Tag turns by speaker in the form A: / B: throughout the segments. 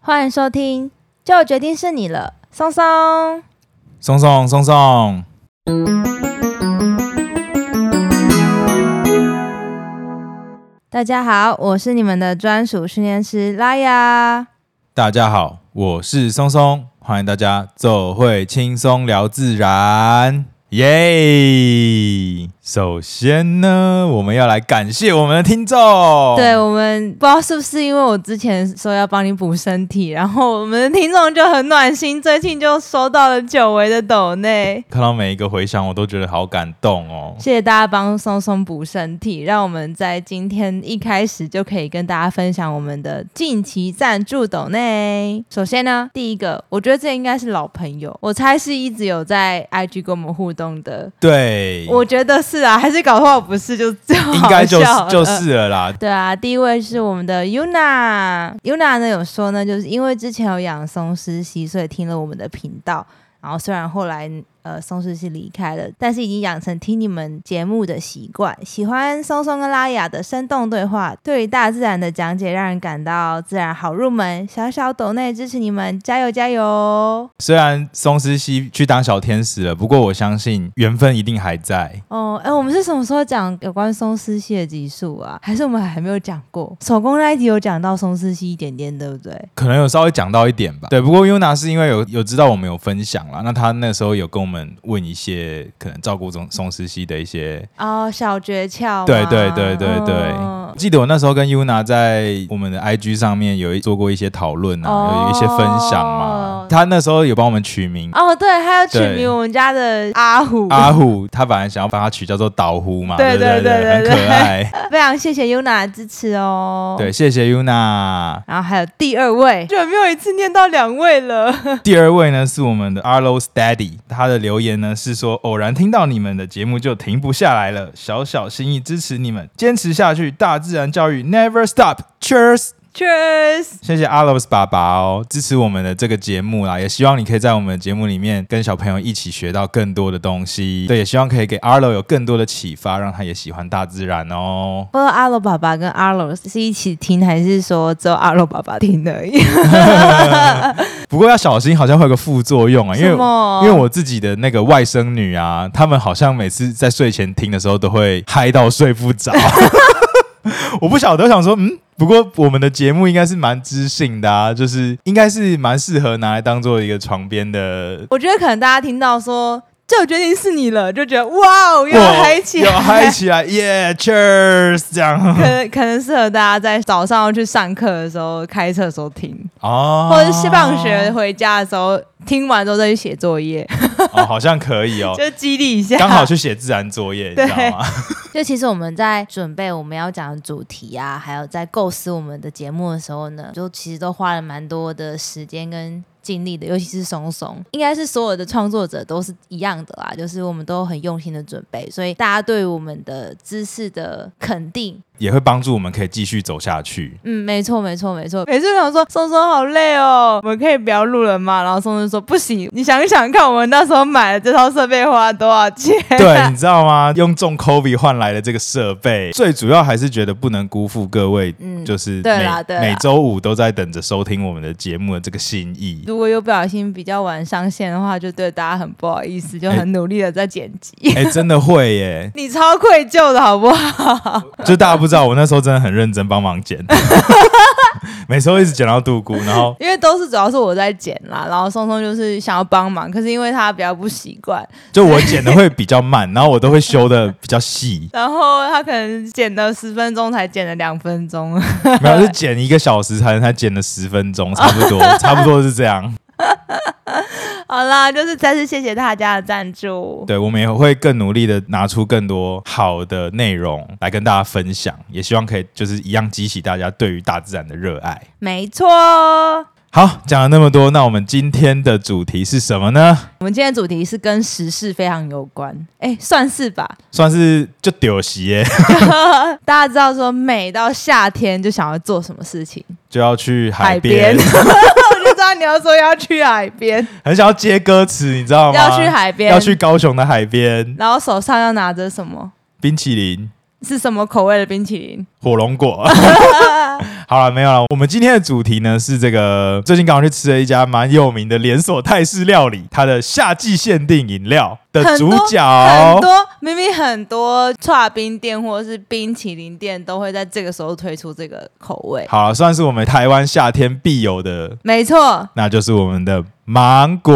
A: 欢迎收听，就决定是你了，松松。
B: 松松松松，
A: 大家好，我是你们的专属训练师拉雅。
B: 大家好，我是松松，欢迎大家走会轻松聊自然，耶、首先呢，我们要来感谢我们的听众，
A: 对我们不知道是不是因为我之前说要帮你补身体，然后我们的听众就很暖心，最近就收到了久违的抖内。
B: 看到每一个回响，我都觉得好感动哦。
A: 谢谢大家帮松松补身体，让我们在今天一开始就可以跟大家分享我们的近期赞助抖内。首先呢，第一个，我觉得这应该是老朋友，我猜是一直有在 IG 跟我们互动的，
B: 对，
A: 我觉得是啊，还是搞错不是就最好
B: 嗯应该就是
A: 笑了
B: 就是了啦。
A: 对啊，第一位是我们的 Yuna，Yuna 呢有说呢，就是因为之前有养松狮蜥，所以听了我们的频道。然后虽然后来呃松狮蜥离开了，但是已经养成听你们节目的习惯，喜欢松松跟拉雅的生动对话，对于大自然的讲解让人感到自然好入门。小小抖内支持你们，加油加油！
B: 虽然松狮西去当小天使了，不过我相信缘分一定还在。
A: 哦，哎，我们是什么时候讲有关松狮蜥的集数啊？还是我们还没有讲过？手工那一集有讲到松狮蜥一点点，对不对？
B: 可能有稍微讲到一点吧。对，不过 Yuna 是因为有有知道我们有分享啦，那他那时候有跟我们问一些可能照顾松松狮西的一些。
A: 哦，小诀窍吗。
B: 对对对对对
A: 嗯
B: 记得我那时候跟 Yuna 在我们的 IG 上面有一做过一些讨论啊，
A: 哦
B: 有一些分享嘛。他那时候有帮我们取 名。
A: 哦，对，还有取
B: 对
A: 名我们家的阿虎，
B: 阿虎，他本来想要把它取叫做岛虎嘛，
A: 对对
B: 对
A: 对对哦
B: 很 可爱。
A: 非常谢谢 Yuna 的支持哦。。
B: 对，谢谢 Yuna。
A: 然后还有第二位，就没有一次念到两位了。
B: 第二位呢是我们的 Arlo Steady，他的留言呢是说偶然听到你们的节目就停不下来了，小小心意支持你们，坚持下去，大自然教育 never stop，Cheers！
A: Cheers！
B: 谢谢 Arlo 爸爸哦，支持我们的这个节目啦，也希望你可以在我们的节目里面跟小朋友一起学到更多的东西，对，也希望可以给 Arlo 有更多的启发，让他也喜欢大自然哦。
A: 不知道阿罗爸爸跟阿罗是一起听，还是说只有阿罗爸爸听而 已？
B: 不过要小心，好像会有个副作用啊，因为
A: 什么
B: 因为我自己的那个外甥女啊，她们好像每次在睡前听的时候都会嗨到睡不着。 我不晓得，我想说，嗯，不过我们的节目应该是蛮知性的啊，就是应该是蛮适合拿来当做一个床边的。
A: 我觉得可能大家听到说就决定是你了，就觉得哇哦，又嗨起来，
B: 有嗨起来， 耶、c h e e r s 这样
A: 可能可能适合大家在早上要去上课的时候、开车的时候听，
B: 哦，
A: 或者是放学回家的时候听完之后再去写作业，
B: 哦，好像可以哦，
A: 就激励一下。
B: 刚好去写自然作业，你知道
A: 对
B: 吗？
A: 就其实我们在准备我们要讲的主题啊，还有在构思我们的节目的时候呢，就其实都花了蛮多的时间跟。精力的，尤其是松松，应该是所有的创作者都是一样的啦，就是我们都很用心的准备，所以大家对我们的知识的肯定，
B: 也会帮助我们可以继续走下去。
A: 嗯，没错，没错，没错。每次想说松松好累哦，我们可以不要录了吗？然后松松说不行，你想想看，我们那时候买了这套设备花了多少钱？
B: 对，你知道吗？用中 COVID 换来的这个设备，最主要还是觉得不能辜负各位，
A: 嗯
B: 就是
A: 对
B: 每
A: 啦对啦
B: 每周五都在等着收听我们的节目的这个心意。
A: 如果有不小心比较晚上线的话，就对大家很不好意思，就很努力的在剪辑。
B: 哎、真的会耶！
A: 你超愧疚的好不 好？
B: 就大家不知道，我那时候真的很认真帮忙剪， 每次都一直剪到度孤，然后
A: 因为都是主要是我在剪啦，然后松松就是想要帮忙，可是因为他比较不习惯，
B: 就我剪的会比较慢，然后我都会修的比较细，
A: 然后他可能剪了十分钟才剪了两分钟，
B: 没有就剪一个小时才才剪了十分钟，差不多，差不多是这样。
A: 好啦，就是再次谢谢大家的赞助。
B: 对，我们也会更努力的拿出更多好的内容来跟大家分享，也希望可以就是一样激起大家对于大自然的热爱。
A: 没错。哦
B: 好，讲了那么多，那我们今天的主题是什么呢？
A: 我们今天的主题是跟时事非常有关，哎，算是吧。
B: 算是就丢席耶，
A: 大家知道说，每到夏天就想要做什么事情，
B: 就要去海 边，
A: 我就知道你要说要去海边，
B: 很想要接歌词，你知道吗？
A: 要去海边，
B: 要去高雄的海边，
A: 然后手上要拿着什么？
B: 冰淇淋。
A: 是什么口味的冰淇淋？
B: 火龙果。 好了，没有了。我们今天的主题呢是这个，最近刚好去吃了一家蛮有名的连锁泰式料理，它的夏季限定饮料的
A: 很
B: 主
A: 多
B: 角哦
A: 很多明明很多串冰店或者是冰淇淋店都会在这个时候推出这个口味，
B: 好了，算是我们台湾夏天必有的，
A: 没错。
B: 那就是我们的芒果。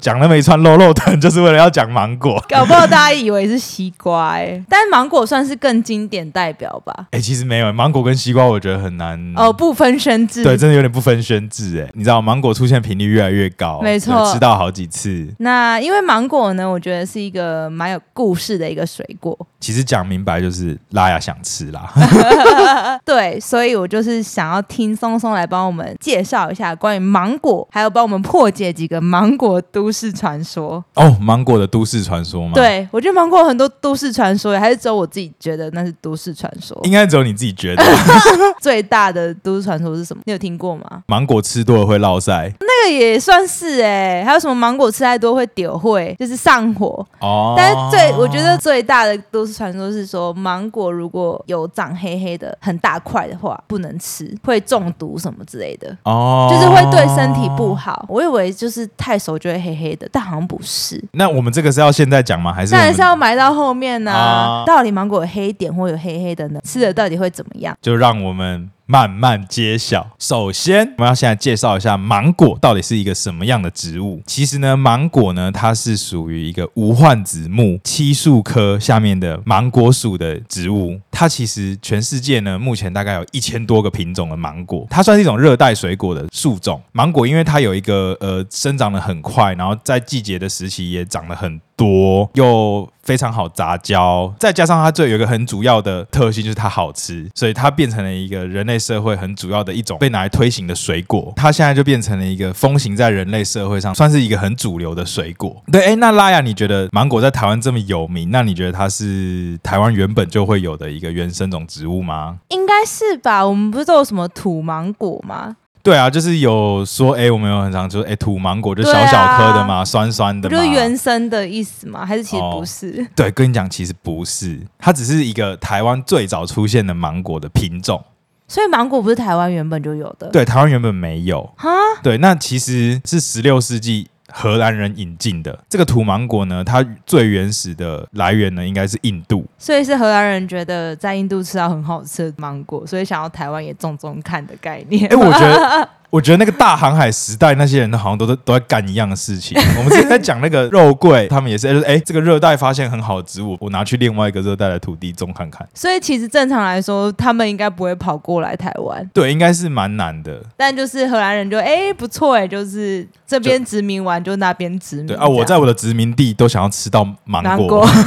B: 讲了没穿肉肉疼，就是为了要讲芒果。
A: 搞不好大家以为是西瓜、欸，但芒果算是更经典代表吧。
B: 哎、其实没有，芒果跟西瓜我觉得很难
A: 哦，不分生制。
B: 嗯对，真的有点不分轩制哎。你知道芒果出现频率越来越高，
A: 没错
B: 对吃到好几次。
A: 那因为芒果呢，我觉得是一个蛮有故事的一个水果，
B: 其实讲明白就是拉雅想吃啦。
A: 呃对，所以我就是想要听松松来帮我们介绍一下关于芒果，还有帮我们破解几个芒果都市传说。
B: 哦，芒果的都市传说吗？，
A: 对我觉得芒果有很多都市传说，还是只有我自己觉得那是都市传说。
B: 应该只有你自己觉得
A: 最大的都市传说是什么？你有听过吗？
B: 芒果吃多了会 落腮
A: 那个也算是哎、还有什么芒果吃太多会丢会，就是上火。
B: 哦。
A: 但是最我觉得最大的都市传说是说，芒果如果有长黑黑的很大块的话，不能吃，会中毒什么之类的。
B: 哦，
A: 就是会对身体不。好，我以为就是太熟就会黑黑的，但好像不是，
B: 那我们这个是要现在讲吗？还是
A: 当然
B: 我们
A: 是要埋到后面呢、
B: 啊
A: 到底芒果有黑点或有黑黑的呢？吃了到底会怎么样？
B: 就让我们慢慢揭晓。首先，我们要先来介绍一下芒果到底是一个什么样的植物。其实呢，芒果呢，它是属于一个无患子目漆树科下面的芒果属的植物。它其实全世界呢，目前大概有一千多个品种的芒果，它算是一种热带水果的树种。芒果因为它有一个呃生长的很快，然后在季节的时期也长得很多，又非常好杂交，再加上它最有一个很主要的特性就是它好吃，所以它变成了一个人类社会很主要的一种被拿来推行的水果。它现在就变成了一个风行在人类社会上，算是一个很主流的水果。对，哎，那拉雅，你觉得芒果在台湾这么有名，那你觉得它是台湾原本就会有的一个原生种植物吗？
A: 应该是吧？我们不是都有什么土芒果吗？
B: 对啊，就是有说，哎，我们有很常说，哎，土芒果就
A: 对
B: 小
A: 啊
B: 小颗的嘛，酸酸
A: 不
B: 的嘛，哦
A: 就是原生的意思吗？还是其实不是？
B: 对，跟你讲，其实不是，它只是一个台湾最早出现的芒果的品种。
A: 所以芒果不是台湾原本就有的？，
B: 对，台湾原本没有。
A: 哈，
B: 对，那其实是十六世纪荷兰人引进的。这个土芒果呢，它最原始的来源呢，应该是印度。
A: 所以是荷兰人觉得在印度吃到很好吃的芒果，所以想要台湾也种种看的概念。
B: 哎，我觉得。我觉得那个大航海时代，那些人好像都在都在干一样的事情。我们之前在讲那个肉桂，他们也是，哎、就是哎这个热带发现很好的植物，我拿去另外一个热带的土地种看看。
A: 所以其实正常来说，他们应该不会跑过来台湾。
B: 对，应该是蛮难的。
A: 但就是荷兰人就哎、诶不错哎、就是这边殖民完就那边殖民嗯这
B: 对
A: 样。
B: 啊，我在我的殖民地都想要吃到
A: 芒果，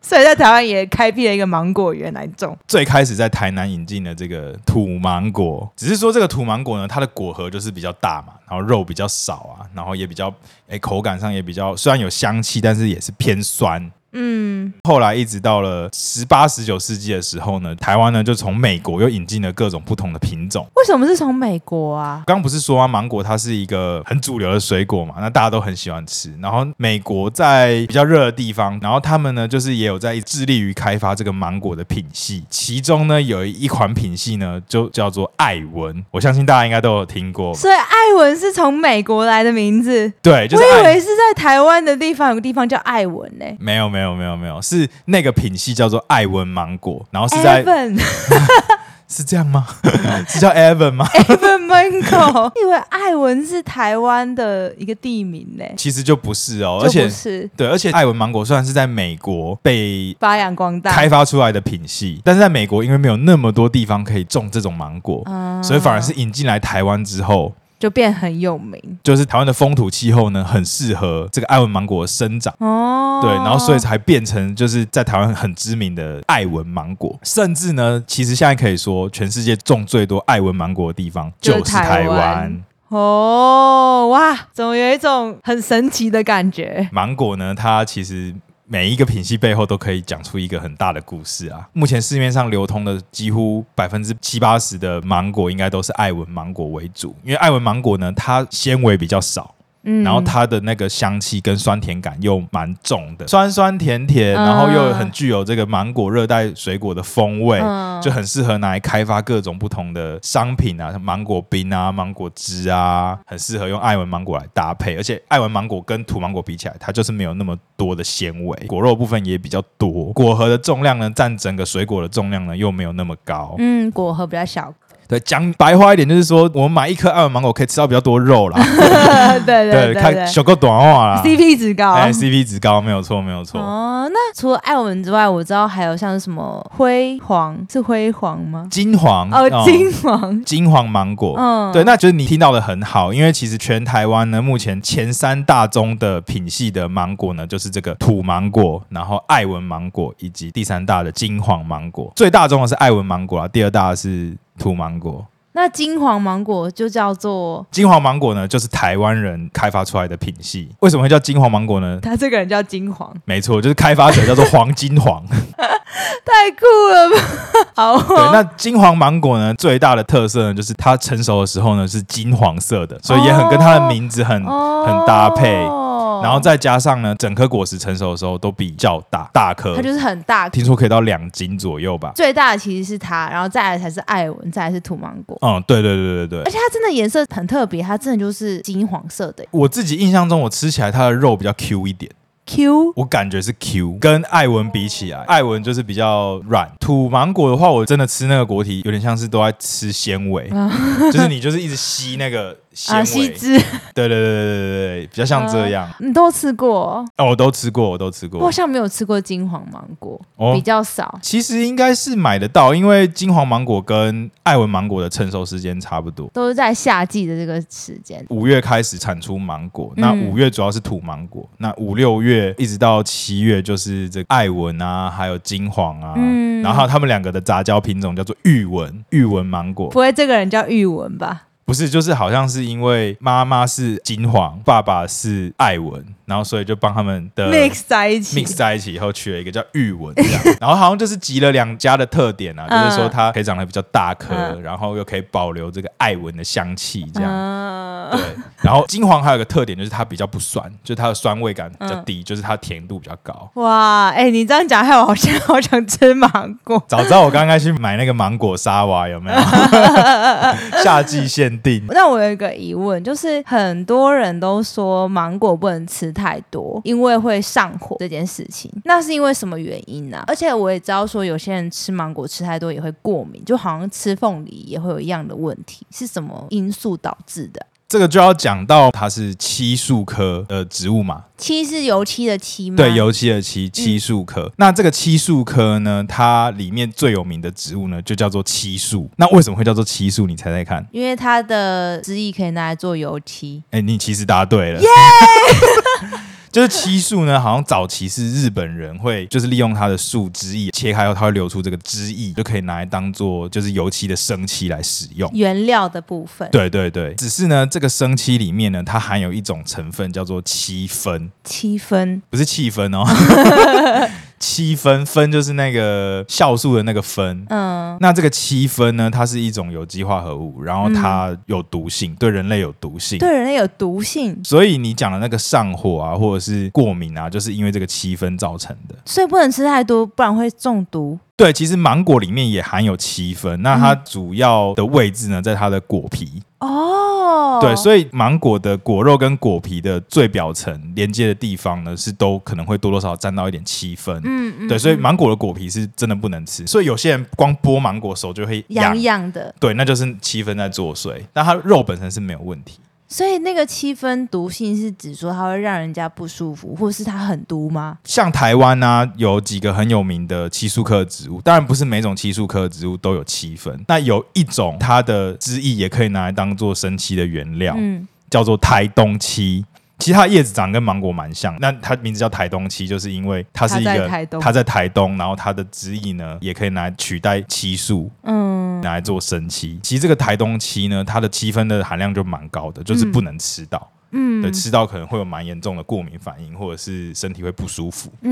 A: 所以在台湾也开辟了一个芒果园来种。
B: 最开始在台南引进的这个土芒果，只是说这个土芒果呢，它的果核就是比较大嘛，然后肉比较少啊，然后也比较诶、口感上也比较，虽然有香气，但是也是偏酸。
A: 嗯，
B: 后来一直到了十八、十九世纪的时候呢，台湾呢就从美国又引进了各种不同的品种。
A: 为什么是从美国啊？
B: 刚不是说啊，芒果它是一个很主流的水果嘛，那大家都很喜欢吃。然后美国在比较热的地方，然后他们呢就是也有在致力于开发这个芒果的品系，其中呢有一款品系呢就叫做艾文，我相信大家应该都有听过。
A: 所以艾文是从美国来的名字，
B: 对，就是
A: 我以
B: 艾。
A: 为是在台湾的地方有个地方叫艾文呢、
B: 没有没有没有没有，是那个品系叫做艾文芒果，然后哦是在
A: Evan 嗯
B: 是这样吗？是叫 Evan 吗？
A: Evan 门 口，你以为艾文是台湾的一个地名呢、
B: 其实就不是哦，
A: 就
B: 而且
A: 不是
B: 对，而且艾文芒果虽然是在美国被
A: 发扬光大，
B: 开发出来的品系，但是在美国因为没有那么多地方可以种这种芒果，
A: 啊
B: 所以反而是引进来台湾之后，
A: 就变很有名
B: 就是台湾的风土气候呢，很适合这个艾文芒果的生长。
A: 哦。
B: 对，然后所以才变成就是在台湾很知名的艾文芒果，甚至呢，其实现在可以说全世界种最多艾文芒果的地方
A: 就是
B: 就是台
A: 台
B: 湾
A: 湾。哦，哇，怎么有一种很神奇的感觉？
B: 芒果呢，它其实每一个品系背后都可以讲出一个很大的故事啊。目前市面上流通的几乎百分之七八十的芒果，应该都是艾文芒果为主，因为艾文芒果呢，它纤维比较少。
A: 嗯
B: 然后它的那个香气跟酸甜感又蛮重的，酸酸甜甜，然后又很具有这个芒果热带水果的风味，
A: 嗯
B: 就很适合拿来开发各种不同的商品啊，像芒果冰啊、芒果汁啊，很适合用艾文芒果来搭配。而且艾文芒果跟土芒果比起来，它就是没有那么多的纤维，果肉部分也比较多，果核的重量呢占整个水果的重量呢又没有那么高。
A: 嗯，果核比较小，
B: 对，讲白话一点就是说，我们买一颗艾文芒果可以吃到比较多肉啦，
A: 对对
B: 看小够短话啦。
A: ，CP 值高。
B: 哎，CP 值高，没有错，没有错。
A: 哦，那除了艾文之外，我知道还有像是什么辉煌，是辉煌吗？
B: 金黄
A: 哦，金黄，
B: 金黄芒果，
A: 嗯
B: 嗯对，那就是你听到的很好，因为其实全台湾呢，目前前三大宗的品系的芒果呢，就是这个土芒果，然后艾文芒果，以及第三大的金黄芒果。最大宗的是艾文芒果啊，第二大的是土芒果。
A: 那金黄芒果就叫做
B: 金黄芒果呢，就是台湾人开发出来的品系。为什么会叫金黄芒果呢？
A: 他这个人叫金黄，
B: 没错，就是开发者叫做黄金黄。
A: 太酷了吧！ 好
B: 对，
A: 哦，
B: 那金黄芒果呢，最大的特色呢，就是它成熟的时候呢是金黄色的，所以也很跟它的名字很、
A: 哦
B: 很搭配。然后再加上呢，整颗果实成熟的时候都比较大，大颗
A: 它，就是很大，
B: 听说可以到两斤左右吧。
A: 最大的其实是它，然后再来才是艾文，再来是土芒果。
B: 嗯，对对对对
A: 而
B: 对。
A: 且它真的颜色很特别，它真的就是金黄色的
B: 我自己印象中，我吃起来它的肉比较 Q 一点，
A: Q，
B: 我感觉是 Q。跟艾文比起来，艾文就是比较软。土芒果的话，我真的吃那个果体有点像是都在吃纤 维，就是你就是一直吸那个纤
A: 啊，
B: 维
A: 西。 汁，啊
B: 对对对对对对对，比较像这样。
A: 你都吃过？
B: 哦，我都吃过，我都吃
A: 我好
B: 过。
A: 像没有吃过金黄芒果，
B: 哦
A: 比，较少。
B: 其实应该是买得到，因为金黄芒果跟艾文芒果的成熟时间差不多。
A: 都是在夏季的这个时间，
B: 五月开始产出芒果，那
A: 嗯
B: 五月主要是土芒果，那五六月一直到七月就是这个艾文啊，还有金黄啊，
A: 嗯
B: 然后他们两个的杂交品种叫做玉文，玉文芒果
A: 不会这个人叫玉文吧？
B: 不是就是好像是因为妈妈是金黄，爸爸是艾文，然后所以就帮他们的
A: mix 在一起
B: 呃 mix 在一起以后取了一个叫玉文这样，然后好像就是集了两家的特点啊，就是说
A: 嗯
B: 它可以长得比较大颗，
A: 嗯
B: 然后又可以保留这个艾文的香气这样。对
A: 嗯，，
B: 然后金黄还有个特点就是它比较不酸，就是它的酸味感比较低，
A: 嗯
B: 就是它甜度比较高。
A: 哇，哎、你这样讲害我好像好想吃芒 果。
B: 早知道我刚刚去买那个芒果沙瓦有 没有？夏季限定，
A: 那我有一个疑问，就是很多人都说芒果不能吃太多，因为会上火这件事情，那是因为什么原因呢、而且我也知道说有些人吃芒果吃太多也会过敏，就好像吃凤梨也会有一样的问题，是什么因素导致的？
B: 这个就要讲到它是漆树科的植物嘛，
A: 漆是油漆的漆吗？
B: 对，油漆的漆，漆树科。那这个漆树科呢，它里面最有名的植物呢，就叫做漆树。那为什么会叫做漆树？你猜猜看。
A: 因为它的汁液可以拿来做油漆。
B: 哎、你其实答对了。 就是漆树呢，好像早期是日本人会就是利用它的树枝叶切开后，它会流出这个汁液，就可以拿来当做就是油漆的生漆来使用。
A: 原料的部分，
B: 对对对，只是呢，这个生漆里面呢，它含有一种成分叫做漆酚，
A: 七分
B: 不是气氛哦， 七分分就是那个酵素的那个分。
A: 嗯，
B: 那这个七分呢，它是一种有机化合物，然后它有毒性，对人类有毒性。
A: 嗯对人类有毒性，
B: 所以你讲的那个上火啊，或者是过敏啊，就是因为这个七分造成的。
A: 所以不能吃太多，不然会中毒。
B: 对，其实芒果里面也含有七分，那它主要的位置呢，在它的果皮。
A: 嗯哦，
B: 对，
A: 以
B: 所以芒果的果肉跟果皮的最表层连接的地方呢，是都可能会多多少少沾到一点七分。
A: 嗯嗯，
B: 对，所以芒果的果皮是真的不能吃，所以有些人光剥芒果手就会痒
A: 痒，痒的，
B: 对，那就是七分在作祟。但它肉本身是没有问题，
A: 所以那个七分毒性是指说它会让人家不舒服，或是它很毒吗？
B: 像台湾呢、有几个很有名的漆树科的植物，当然不是每种漆树科的植物都有七分，那有一种它的汁液也可以拿来当做生漆的原料，
A: 嗯，
B: 叫做台东漆。其实它的叶子长得跟芒果蛮像，那它名字叫台东漆，就是因为它是一
A: 它在
B: 个
A: 台东
B: 它在台东，然后它的汁液呢也可以拿来取代漆树，
A: 嗯，
B: 拿来做生漆。其实这个台东漆呢，它的漆分的含量就蛮高的，就是不能吃到，
A: 嗯
B: 对，吃到可能会有
A: 哦
B: 蛮严重的过敏反应，或者是身体会不舒服。
A: 嗯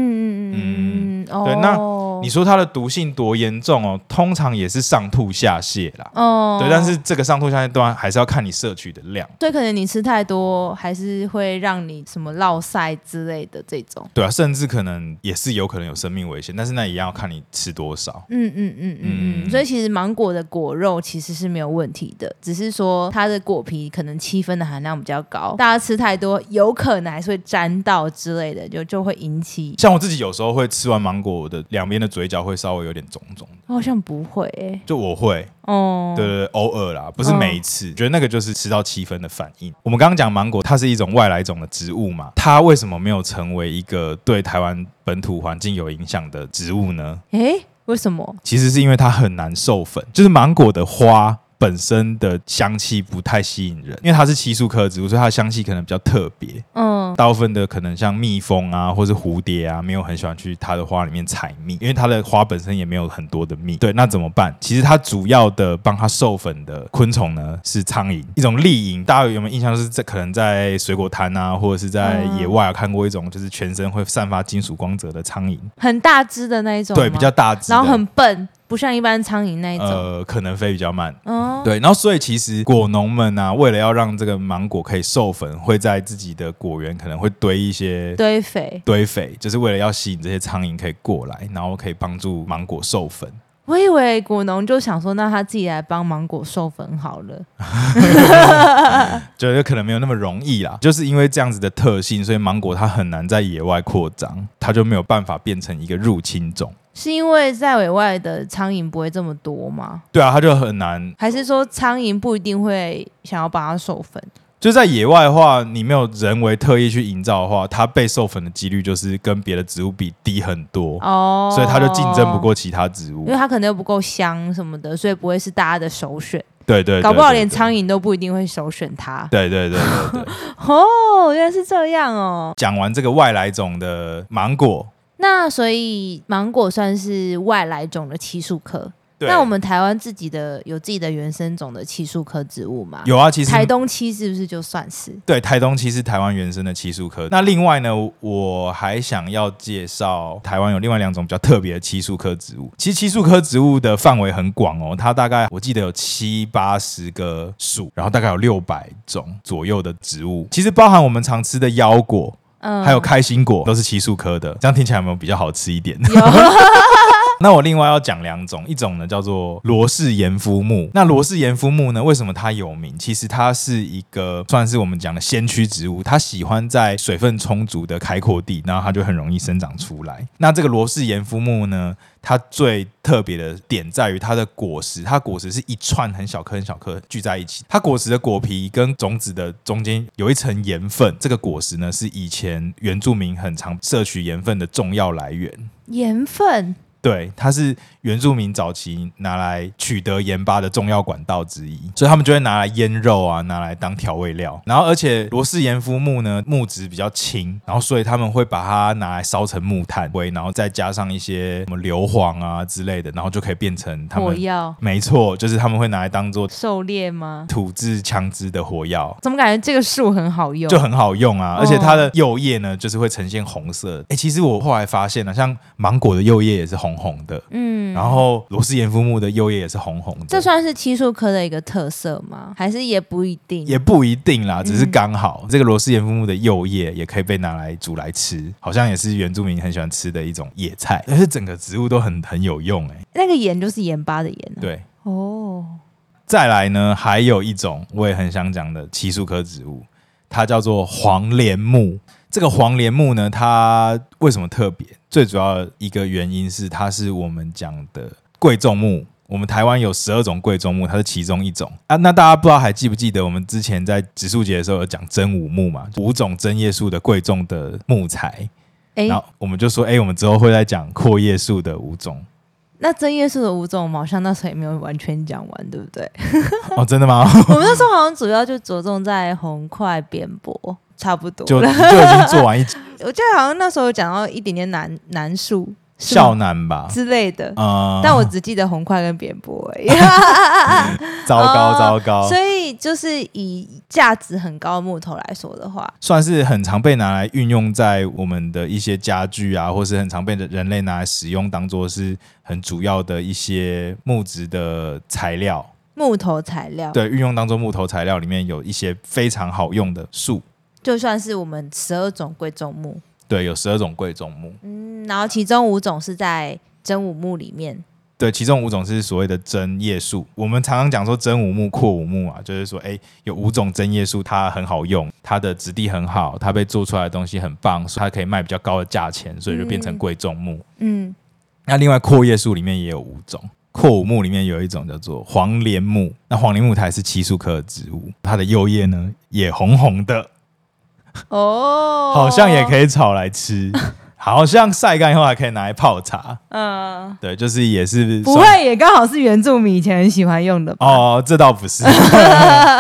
A: 嗯嗯嗯，
B: 对那
A: 哦
B: 你说它的毒性多严重哦，通常也是上吐下泻啦。
A: 哦，
B: 对，但是这个上吐下泻段还是要看你摄取的量，
A: 所以可能你吃太多，还是会让你什么落腮之类的这种。
B: 对啊，甚至可能也是有可能有生命危险，但是那也要看你吃多少。
A: 嗯嗯嗯嗯嗯，所以其实芒果的果肉其实是没有问题的，只是说它的果皮可能七分的含量比较高，大家吃太多有可能还是会沾到之类的，就就会引起。
B: 像我自己有时候会吃完芒果，我的两边的嘴角会稍微有点肿肿的，
A: 我好像不会、欸、
B: 就我会，
A: 哦，
B: 对对对，偶尔啦，不是每一次。觉得那个就是吃到七分的反应。我们刚刚讲芒果，它是一种外来种的植物嘛，它为什么没有成为一个对台湾本土环境有影响的植物呢？
A: 诶、为什么？
B: 其实是因为它很难授粉，就是芒果的花。本身的香气不太吸引人，因为它是奇树科的植物，所以它的香气可能比较特别。
A: 嗯
B: 大部分的可能像蜜蜂啊，或是蝴蝶啊，没有很喜欢去它的花里面采蜜，因为它的花本身也没有很多的蜜。对，那怎么办？其实它主要的帮它授粉的昆虫呢是苍蝇，一种丽蝇。大家有没有印象？就是在可能在水果摊啊，或者是在野外啊看过一种，就是全身会散发金属光泽的苍蝇，
A: 很大只的那一种吗，
B: 对，比较大只的，
A: 然后很笨，不像一般苍蝇那一种。
B: 呃，可能飞比较慢。
A: 哦，
B: 对，然后所以其实果农们啊，为了要让这个芒果可以授粉，会在自己的果园可能会堆一些
A: 堆肥，
B: 堆肥，就是为了要吸引这些苍蝇可以过来，然后可以帮助芒果授粉。
A: 我以为果农就想说，那他自己来帮芒果授粉好了。
B: 觉得可能没有那么容易啦，就是因为这样子的特性，所以芒果它很难在野外扩张，它就没有办法变成一个入侵种。
A: 是因为在委外的苍蝇不会这么多吗？
B: 对啊，它就很难。
A: 还是说苍蝇不一定会想要把它授粉？
B: 就在野外的话，你没有人为特意去营造的话，它被授粉的几率就是跟别的植物比低很多，
A: 哦，
B: 所以它就竞争不，过其他植物
A: 因为。它可能又不够香什么的，所以不会是大家的首选。
B: 对对对，
A: 搞不好连
B: 对
A: 苍。蝇都不一定会首选它。
B: 对对对对对对。
A: 哦，原来是这样哦。
B: 讲完这个外来种的芒果，
A: 那所以芒果算是外来种的奇树科。
B: 对
A: 那我们台湾自己的有自己的原生种的奇树科植物吗？
B: 有啊，其实
A: 台东七是不是就算是？
B: 对，台东其实是台湾原生的漆树科。那另外呢，我还想要介绍台湾有另外两种比较特别的漆树科植物。其实漆树科植物的范围很广哦，它大概我记得有七八十个属，然后大概有六百种左右的植物。其实包含我们常吃的腰果，
A: 嗯，
B: 还有开心果，都是漆树科的。这样听起来有没有比较好吃一点？
A: 有
B: 那我另外要讲两种，一种呢叫做罗氏盐夫木。那罗氏盐夫木呢，为什么它有名？其实它是一个算是我们讲的先驱植物，它喜欢在水分充足的开阔地，然后它就很容易生长出来。那这个罗氏盐夫木呢，它最特别的点在于它的果实，它果实是一串很小颗很小颗聚在一起，它果实的果皮跟种子的中间有一层盐分，这个果实呢是以前原住民很常摄取盐分的重要来源。
A: 盐分
B: 对，它是原住民早期拿来取得盐巴的重要管道之一，所以他们就会拿来腌肉啊，拿来当调味料。然后，而且罗氏盐夫木呢，木质比较轻，然后所以他们会把它拿来烧成木炭灰，然后再加上一些什么硫磺啊之类的，然后就可以变成他
A: 火
B: 们。
A: 药
B: 没错，就是他们会拿来当做
A: 狩猎吗？
B: 土制枪支的火药。
A: 怎么感觉这个树很好用？
B: 就很好用
A: 哦
B: 啊，而且它的幼叶呢，就是会呈现红色。哎、其实我后来发现了、啊像芒果的幼叶也是红红的，
A: 嗯，
B: 然后罗氏盐夫木的幼叶也是红红的，
A: 这算是漆树科的一个特色吗？还是也不一定？
B: 也不一定
A: 嗯
B: 啦，只是刚好、这个罗氏盐夫木的幼叶也可以被拿来煮来吃，好像也是原住民很喜欢吃的一种野菜，但是整个植物都很很有用哎、
A: 那个盐就是盐巴的盐、啊。，
B: 对，
A: 哦，
B: 再来呢，还有一种我也很想讲的奇树科植物，它叫做黄连木。这个黄连木呢，它为什么特别？最主要一个原因是它是我们讲的贵重木。我们台湾有十二种贵重木，它是其中一种啊。那大家不知道还记不记得我们之前在植树节的时候有讲真五木嘛？五种针叶树的贵重的木材，
A: 哎、
B: 然后我们就说，哎、我们之后会再讲阔叶树的五种。
A: 那针叶树的五种，我们好像那时候也没有完全讲完，对不 对？
B: 哦，真的吗？
A: 我们那时候好像主要就着重在红块、扁柏，差不多。
B: 就就已经做完一集
A: 我记得好像那时候有讲到一点点难难树是
B: 孝
A: 吗
B: 男吧？
A: 之类的。
B: 啊、哦
A: 但我只记得红块跟扁柏而已，
B: 糟糕
A: 哦
B: 糟 糕，
A: 所以以就是以价值很高的木头来说的话，
B: 算是很常被拿来运用在我们的一些家具啊，或是很常被人类拿来使用，当做是很主要的一些木质的材料。
A: 木头材料，
B: 对，运用当做木头材料里面有一些非常好用的树，
A: 就算是我们十二种贵重木，
B: 对，有十二种贵重木，
A: 嗯，然后其中五种是在真武木里面，
B: 对，其中五种是所谓的针叶树。我们常常讲说真五木、阔五木啊，就是说，哎，有五种针叶树，它很好用，它的质地很好，它被做出来的东西很棒，所以它可以卖比较高的价钱，所以就变成贵重木。
A: 嗯，
B: 那另外阔叶树里面也有五种，阔五木里面有一种叫做黄连木，那黄连木它也是漆树科的植物，它的幼叶呢也红红的，
A: 哦，
B: 好像也可以炒来吃，好像晒干以后还可以拿来泡茶。
A: 嗯、
B: 对，就是也是
A: 不
B: 算
A: 会也刚好是原住民以前很喜欢用的吧？
B: 哦，这倒不是，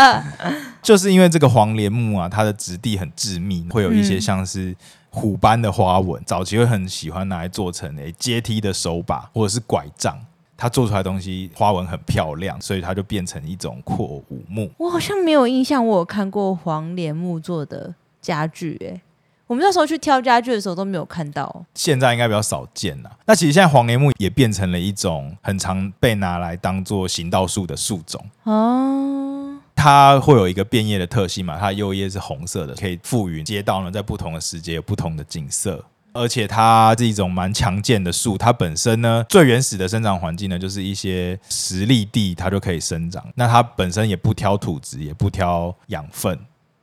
B: 就是因为这个黄连木啊，它的质地很致密，会有一些
A: 嗯
B: 像是虎斑的花纹，早期会很喜欢拿来做成诶阶梯的手把或者是拐杖。它做出来的东西花纹很漂亮，所以它就变成一种阔五木。
A: 我好像没有印象，我有看过黄连木做的家具、欸，我们那时候去挑家具的时候都没有看到。
B: 现在应该比较少见啦。那其实现在黄连木也变成了一种很常被拿来当做行道树的树种。
A: 哦，
B: 它会有一个变叶的特性嘛，它的幼叶是红色的，可以赋予街道呢在不同的时节有不同的景色。而且它是一种蛮强健的树，它本身呢最原始的生长环境呢就是一些石砾地，它就可以生长。那它本身也不挑土质，也不挑养分，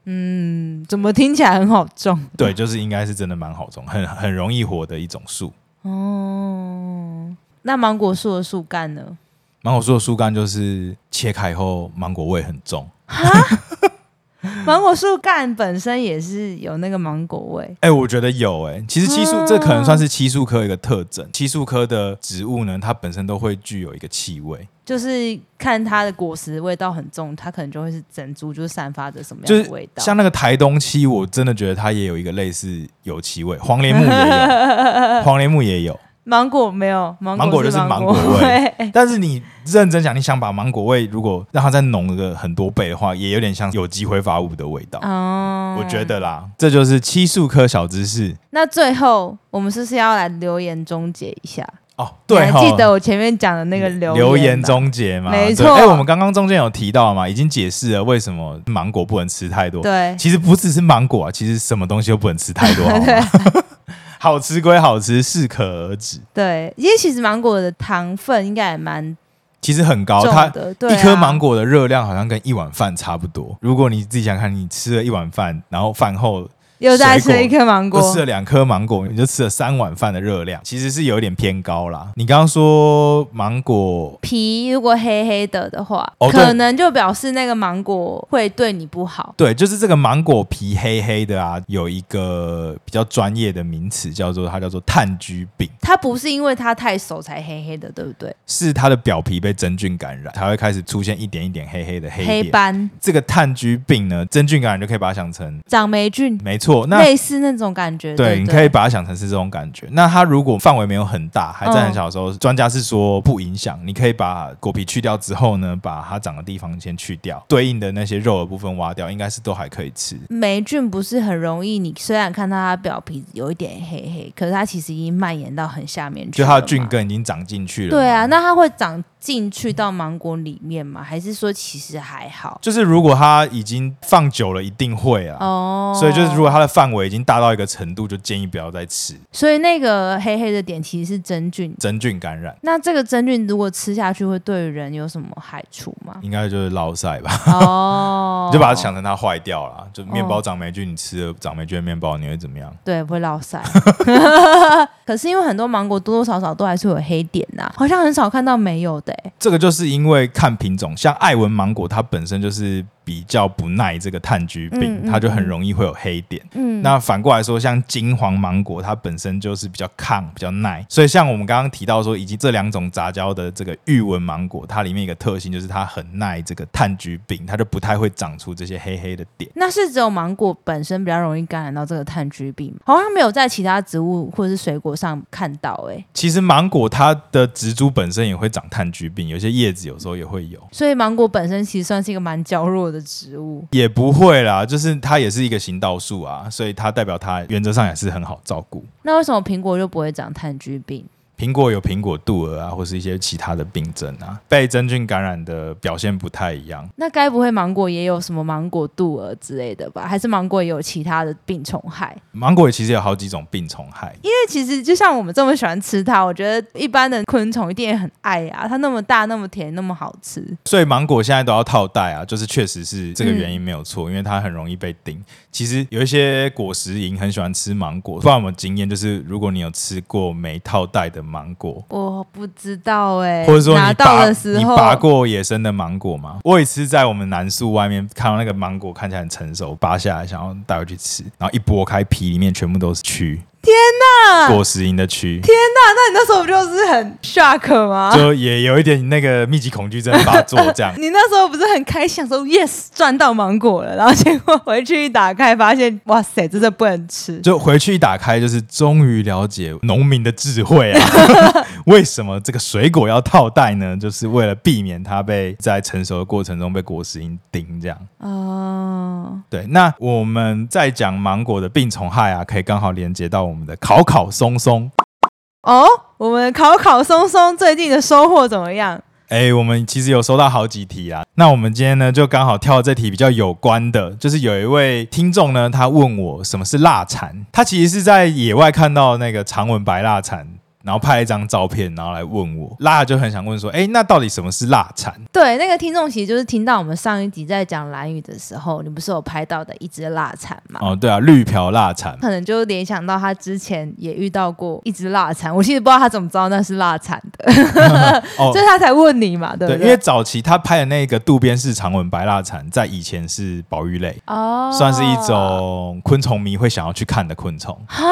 A: 嗯，怎么听起来很好种？
B: 对，就是应该是真的蛮好种，很很容易活的一种树。
A: 哦，那芒果树的树干呢？
B: 芒果树的树干就是切开以后芒果味很重，
A: 芒果树干本身也是有那个芒果味。
B: 哎、我觉得有哎、其实漆树、
A: 啊
B: 这可能算是漆树科一个特征。漆树科的植物呢，它本身都会具有一个气味，
A: 就是看它的果实味道很重，它可能就会是整株就是散发着什么
B: 就
A: 样
B: 是
A: 的味道。
B: 像那个台东漆，我真的觉得它也有一个类似油漆味，黄连木 也有，黄连木也有。
A: 芒果没有，芒
B: 芒果
A: 果
B: 就是
A: 芒
B: 芒果 味
A: 味。
B: 但是你认真想，你想把芒果味如果让它再浓个很多倍的话，也有点像有机挥发物的味道。
A: 哦
B: 我觉得啦，这就是漆树科小知识
A: 那最后，我们是不是要来留言终结一下？
B: 哦。对
A: 你
B: 哈，
A: 还记得我前面讲的那个留
B: 留
A: 言
B: 言
A: 吧，
B: 终结嘛，
A: 没
B: 对
A: 错
B: 哎、我们刚刚中间有提到嘛，已经解释了为什么芒果不能吃太多。
A: 对
B: 其实不只是芒果啊，其实什么东西都不能吃太 多，好吗？ 好吃归好吃，适可而止。
A: 对，因为其实芒果的糖分应该也蛮
B: 其实很高，
A: 重
B: 它
A: 的，对、
B: 一
A: 啊，
B: 颗芒果的热量好像跟一碗饭差不多。如果你自己想看，你吃了一碗饭，然后饭后
A: 又再
B: 水
A: 吃
B: 果
A: 一颗芒
B: 又
A: 果
B: 吃，了两颗芒果，你就吃了三碗饭的热量，其实是有一点偏高啦。你刚刚说芒果，
A: 皮如果黑黑的的话，
B: 哦对
A: 可能就表示那个芒果会对你不好。
B: 对，就是这个芒果皮黑黑的啊，有一个比较专业的名词，叫做它叫做炭疽病，
A: 它不是因为它太熟才黑黑的，对不对？
B: 是它的表皮被真菌感染，才会开始出现一点一点黑黑的黑
A: 黑
B: 点。
A: 斑、
B: 这个炭疽病呢，真菌感染就可以把它想成，
A: 长霉菌，
B: 没错，那
A: 类似那种感觉。
B: 对，
A: 对
B: 你
A: 不
B: 可以
A: 对，
B: 把它想成是这种感觉。那它如果范围没有很大，还
A: 嗯
B: 在很小的时候，专家是说不影响。你可以把果皮去掉之后呢，把它长的地方先去掉，对应的那些肉的部分挖掉，应该是都还可以吃。
A: 霉菌不是很容易，你虽然看到它表皮有一点黑黑，可是它其实已经蔓延到很下面去
B: 就
A: 了嘛。
B: 它的菌根已经长进去了。
A: 对啊，。那它会长进去到芒果里面吗？还是说其实还好？
B: 就是如果它已经放久了，一定会啊。
A: 哦，
B: 所以就是如果它的范围已经大到一个程度，就建议不要再吃
A: 所以那个黑黑的点其实是真菌。
B: 真菌感染，？
A: 那这个真菌如果吃下去会对人有什么害处吗
B: 应该就是落晒吧。
A: 哦，
B: 你就把它想成它坏掉了，就面包长霉菌，你吃了长霉菌的面包，你会怎么样？
A: 对，不会落腮。 可是因为很多芒果多多少少都还是有黑点呐、好像很少看到没有的、欸。
B: 这个就是因为看品种，像艾文芒果，它本身就是比较不耐这个炭疽病，
A: 嗯嗯
B: 它就很容易会有黑点。
A: 嗯，
B: 那反过来说，像金黄芒果，它本身就是比较抗、比较耐，所以像我们刚刚提到说，以及这两种杂交的这个玉纹芒果，它里面一个特性就是它很耐这个炭疽病，它就不太会长出这些黑黑的点。
A: 那是只有芒果本身比较容易感染到这个炭疽病吗，好像没有在其他植物或者是水果上看到哎、欸
B: 其实芒果它的植株本身也会长炭疽病，有些叶子有时候也会有。
A: 所以芒果本身其实算是一个蛮娇弱的的植物。
B: 也不会啦，就是它也是一个行道树啊，所以它代表它原则上也是很好照顾。
A: 那为什么苹果就不会长炭疽病？
B: 苹果有苹果肚蛾啊，或是一些其他的病症啊，被真菌感染的表现不太一样。
A: 那该不会芒果也有什么芒果肚蛾之类的吧？还是芒果也有其他的病虫害？
B: 芒果其实有好几种病虫害，
A: 因为其实就像我们这么喜欢吃它，我觉得一般的昆虫一定也很爱啊。它那么大，那么甜，那么好吃。
B: 所以芒果现在都要套袋啊，就是确实是这个原因没有错，因为它很容易被叮。其实有一些果实蝇很喜欢吃芒果，不然我们经验就是，如果你有吃过没套袋的芒果，
A: 我不知道哎、
B: 或者说
A: 拿
B: 你
A: 到
B: 拔
A: 的时
B: 你
A: 候，
B: 拔过野生的芒果吗？我有一次在我们南树外面看到那个芒果看起来很成熟，拔下来想要带回去吃，然后一剥开皮里面全部都是蛆，
A: 那
B: 果实蝇的蛆，
A: 啊那你那时候不就是很 shock 吗？。
B: 就也有一点那个密集恐惧症发作这样
A: 你那时候不是很开心，想说 yes 赚到芒果了，然后结果回去一打开，发现哇塞，真的不能吃。
B: 就回去一打开，就是终于了解农民的智慧啊！ 为什么这个水果要套袋呢？就是为了避免它被在成熟的过程中被果实蝇叮这样。
A: 哦，
B: 对，那我们在讲芒果的病虫害啊，可以刚好连接到我们的烤烤松松。
A: 哦，我们考考松松最近的收获怎么样？
B: 哎，我们其实有收到好几题啊。那我们今天呢，就刚好跳这题比较有关的，就是有一位听众呢，他问我什么是腊蝉。他其实是在野外看到那个长吻白腊蝉，然后拍了一张照片，然后来问我。腊就很想问说，哎，那到底什么是腊蝉？
A: 对，那个听众其实就是听到我们上一集在讲蓝雨的时候，你不是有拍到的一只腊蝉吗？
B: 哦，对啊，绿瓢腊蝉。
A: 可能就联想到他之前也遇到过一只腊蝉，我其实不知道他怎么知道那是腊蝉的，
B: 哦
A: 所以他才问你嘛，对不
B: 对，因为早期他拍的那个渡边市长吻白腊蝉，在以前是保育类。
A: 哦，
B: 算是一种昆虫迷会想要去看的昆虫，
A: 哈，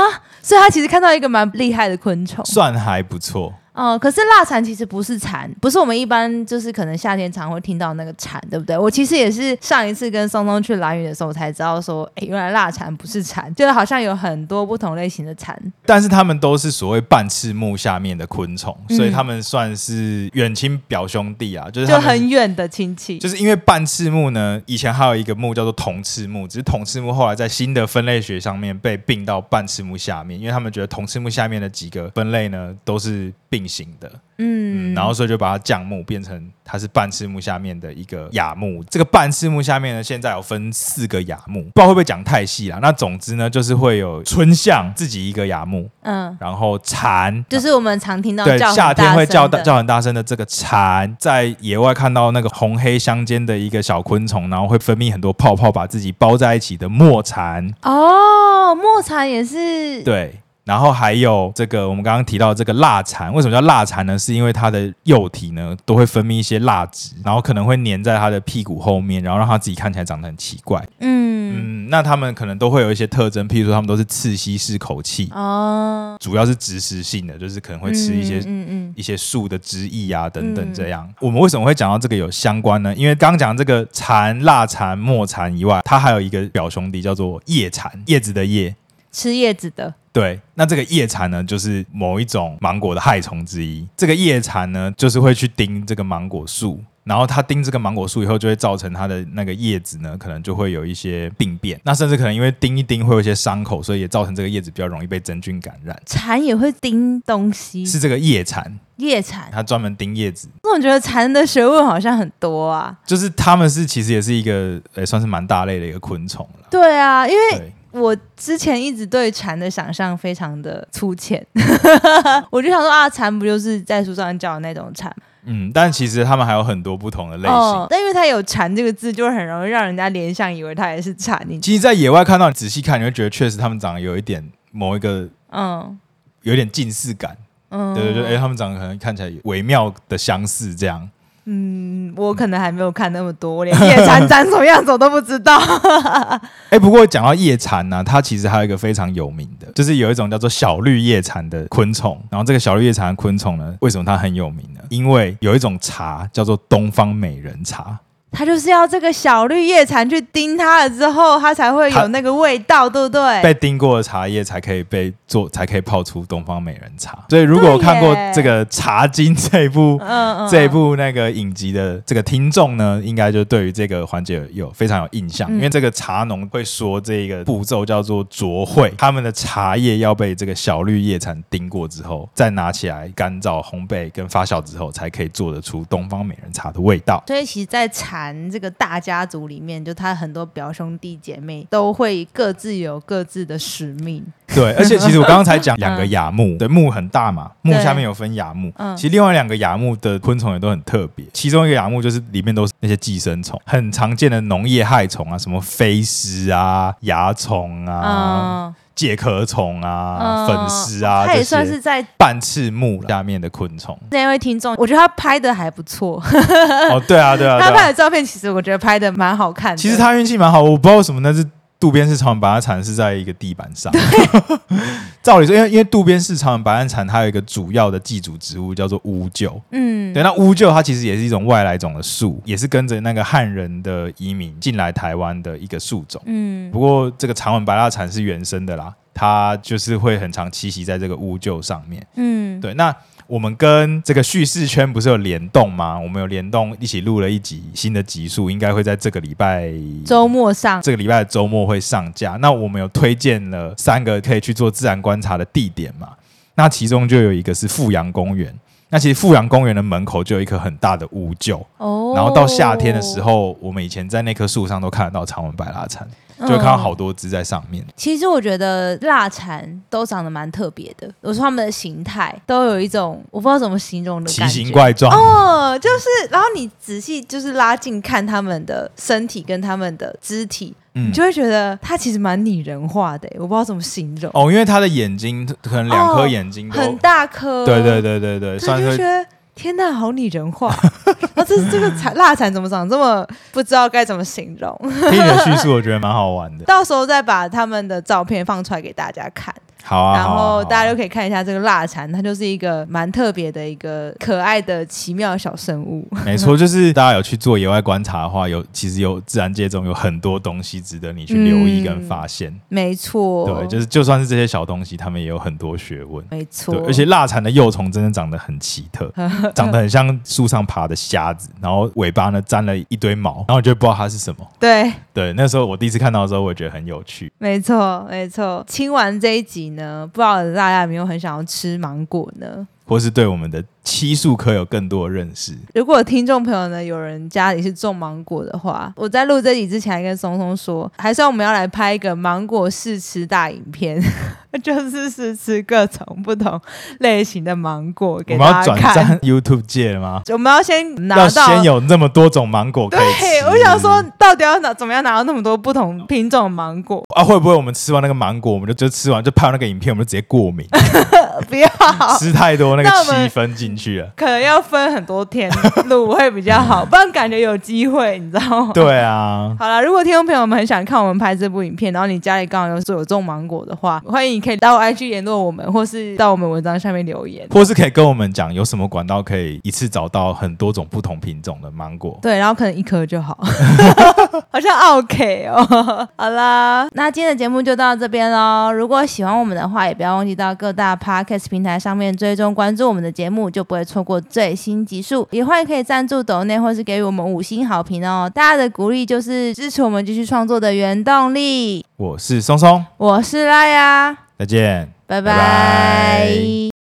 A: 所以他其实看到一个蛮厉害的昆虫。
B: 算还不错。
A: 哦、可是腊蝉其实不是蝉，不是我们一般就是可能夏天常会听到那个蝉，对不对？我其实也是上一次跟松松去蓝屿的时候，我才知道说，哎，原来腊蝉不是蝉，就是好像有很多不同类型的蝉。
B: 但是它们都是所谓半翅目下面的昆虫，
A: 嗯
B: 所以它们算是远亲表兄弟啊，就是
A: 就
B: 它们
A: 很远的亲戚。
B: 就是因为半翅目呢，以前还有一个目叫做同翅目，只是同翅目后来在新的分类学上面被并到半翅目下面，因为他们觉得同翅目下面的几个分类呢都是并行的，
A: 嗯
B: 嗯，然后所以就把它降目变成它是半翅目下面的一个亚目。这个半翅目下面呢，现在有分四个亚目，不知道会不会讲太细啦。那总之呢，就是会有春象自己一个亚目，
A: 嗯，
B: 然后蝉。啊
A: 就是我们常听到
B: 对，
A: 叫很
B: 夏天会叫
A: 大
B: 大
A: 声的
B: 叫很大声的这个蝉，在野外看到那个红黑相间的一个小昆虫，然后会分泌很多泡泡，把自己包在一起的墨蝉，
A: 哦，墨蝉也是
B: 对，然后还有这个我们刚刚提到这个蜡蝉，为什么叫蜡蝉呢？是因为它的幼体呢都会分泌一些蜡质，然后可能会粘在它的屁股后面，然后让它自己看起来长得很奇怪。
A: 嗯
B: 嗯，那它们可能都会有一些特征，譬如说它们都是刺吸式口气，
A: 哦，
B: 主要是植食性的，就是可能嗯会吃一些
A: 嗯嗯
B: 一些树的枝叶啊等
A: 嗯
B: 等这样。我们为什么会讲到这个有相关呢？因为刚讲这个蝉、蜡蝉、墨蝉以外，它还有一个表兄弟叫做叶蝉，叶子的叶。
A: 嗯，吃叶子的
B: 对，那这个叶蝉呢，就是某一种芒果的害虫之一。这个叶蝉呢，就是会去叮这个芒果树，然后它叮这个芒果树以后，就会造成它的那个叶子呢，可能就会有一些病变。那甚至可能因为叮一叮会有一些伤口，所以也造成这个叶子比较容易被真菌感染。
A: 蝉也会叮东西，
B: 是这个叶蝉，
A: 叶蝉。
B: 它专门叮叶子，
A: 我总觉得蝉的学问好像很多啊。
B: 就是它们是其实也是一个呃、算是蛮大类的一个昆虫了。
A: 对啊，因为
B: 对，
A: 我之前一直对蝉的想象非常的粗浅， 我就想说啊，蝉不就是在书上叫的那种蝉
B: 嗯，但其实它们还有很多不同的类型。
A: 哦，但因为它有“蝉”这个字，就会很容易让人家联想以为它也是蝉。你
B: 其实，在野外看到，你仔细看，你会觉得确实它们长得有一点某一个
A: 嗯
B: 有点近似感，
A: 嗯，
B: 对对对，哎、他们长得可能看起来微妙的相似，这样。
A: 嗯，我可能还没有看那么多，我连 夜蝉长什么样子我都不知道。
B: 哎、不过讲到叶蝉呢，它其实还有一个非常有名的，就是有一种叫做小绿叶蝉的昆虫。然后这个小绿叶蝉的昆虫呢，为什么它很有名呢？因为有一种茶叫做东方美人茶。
A: 他就是要这个小绿叶蝉去叮它了之后，它才会有那个味道，对不对？
B: 被叮过的茶叶才可以被做，才可以泡出东方美人茶。所以如果有看过
A: 对耶
B: 这个《茶经》这一部
A: 嗯嗯，
B: 这一部那个影集的这个听众呢，应该就对于这个环节有非常有印象，
A: 嗯
B: 因为这个茶农会说这个步骤叫做啄绘， 他们的茶叶要被这个小绿叶蝉叮过之后，再拿起来干燥烘焙跟发酵之后，才可以做得出东方美人茶的味道。
A: 所以其实，在蝉这个大家族里面，就他很多表兄弟姐妹都会各自有各自的使命。
B: 对，而且其实我刚刚才讲两个亚 目，对，目很大嘛，目下面有分亚目。
A: 嗯
B: 其实另外两个亚目的昆虫也都很特别，其中一个亚目就是里面都是那些寄生虫，很常见的农业害虫啊，什么飞虱啊、蚜虫啊、
A: 嗯，
B: 介壳虫啊、
A: 嗯
B: 粉虱啊，
A: 他也
B: 这
A: 算
B: 些
A: 是在
B: 半翅目下面的昆 虫。
A: 那位听众，我觉得他拍的还不错，
B: 哦，对啊，对 啊，
A: 他
B: 对
A: 拍
B: 啊。
A: 的照片其实我觉得拍的蛮好看的。
B: 其实他运气蛮好，我不知道为什么那只渡边市场白岸蝉是在一个地板上。 照理说，因为因为渡边市场白岸蝉它有一个主要的寄主植物叫做乌桕，
A: 嗯，
B: 对，那乌桕它其实也是一种外来种的树，也是跟着那个汉人的移民进来台湾的一个树种。
A: 嗯
B: 不过这个长吻白蜡蝉是原生的啦，它就是会很常栖息在这个乌桕上面。
A: 嗯，
B: 对，那我们跟这个叙事圈不是有联动吗？我们有联动一起录了一集新的集数，应该会在这个礼拜
A: 周末上，
B: 这个礼拜的周末会上架。那我们有推荐了三个可以去做自然观察的地点嘛？那其中就有一个是富阳公园。那其实富阳公园的门口就有一棵很大的乌桕，
A: 哦，
B: 然后到夏天的时，候，我们以前在那棵树上都看得到长吻白蜡蝉，
A: 嗯
B: 就会看到好。多只在上面。
A: 其实我觉得蜡蝉都长得蛮特别的，我说它们的形态都有一种我不知道怎么形容的
B: 奇
A: 感觉
B: 形怪状，
A: 哦，就是，然后你仔细就是拉近看它们的身体跟它们的肢体，
B: 嗯
A: 你就会觉得它其实蛮拟人化的，欸我不知道怎么形容，
B: 哦，因为它的眼睛可能两颗眼睛都，
A: 很大颗，
B: 对对对对对，
A: 哦对，
B: 算
A: 就是觉得天呐，好拟人化！ 啊，这这个蝉蜡蝉怎么长这么不知道该怎么形容？
B: 听你的叙述，我觉得蛮好玩的。
A: 到时候再把他们的照片放出来给大家看，
B: 好啊，
A: 然
B: 好啊好
A: 后
B: 啊
A: 大家就可以看一下这个蜡蝉，它就是一个蛮特别的一个可爱的奇妙的小生物。
B: 没错，就是大家有去做野外观察的话，有其实有自然界中有很多东西值得你去留意跟发现。
A: 没错，
B: 对，就是就算是这些小东西，他们也有很多学问。
A: 没错
B: 对，，而且蜡蝉的幼虫真的长得很奇特， 长得很像树上爬的虾子，然后尾巴呢沾了一堆毛，然后你就不知道它是什么。
A: 对，
B: 对，那时候我第一次看到的时候，我也觉得很有趣。
A: 没错，没错。听完这一集呢，不知道大家有没有很想要吃芒果呢？
B: 或是对我们的漆树科有更多的认识。
A: 如果有听众朋友呢，有人家里是种芒果的话，我在录这集之前还跟松松说，还是我们要来拍一个芒果试吃大影片， 就是试吃各种不同类型的芒果
B: 我
A: 给
B: 们要
A: 大家
B: 转
A: 看。
B: 战 YouTube 界了吗？
A: 我们要先拿
B: 要
A: 到，
B: 先有那么多种芒果可以
A: 对，
B: 吃。
A: 我想说，到底要拿怎么样拿到那么多不同品种的芒果？
B: 啊，会不会我们吃完那个芒果，我们就就吃完就拍完那个影片，我们就直接过敏，
A: 不要，
B: 吃太多那
A: 那
B: 个
A: 我们
B: 气氛进去了。
A: 可能要分很多天录会比较好，不然感觉有机会，你知道吗？。
B: 对啊，
A: 好了，如果听众朋友们很想看我们拍这部影片，然后你家里刚好有有种芒果的话，欢迎你可以到 IG 联络我们，或是到我们文章下面留言。
B: 或是可以跟我们讲有什么管道可以一次找到很多种不同品种的芒果。
A: 对，然后可能一颗就 好，好像 OK 哦。好啦，那今天的节目就到这边喽。如果喜欢我们的话，也不要忘记到各大 Podcast 平台上面追踪关注我们的节目，就不会错过最新集数。也欢迎可以赞助抖内或是给予我们五星好评哦。大家的鼓励就是支持我们继续创作的原动力。
B: 我是松松，
A: 我是拉呀，
B: 再见。
A: 拜
B: 拜
A: 拜
B: 拜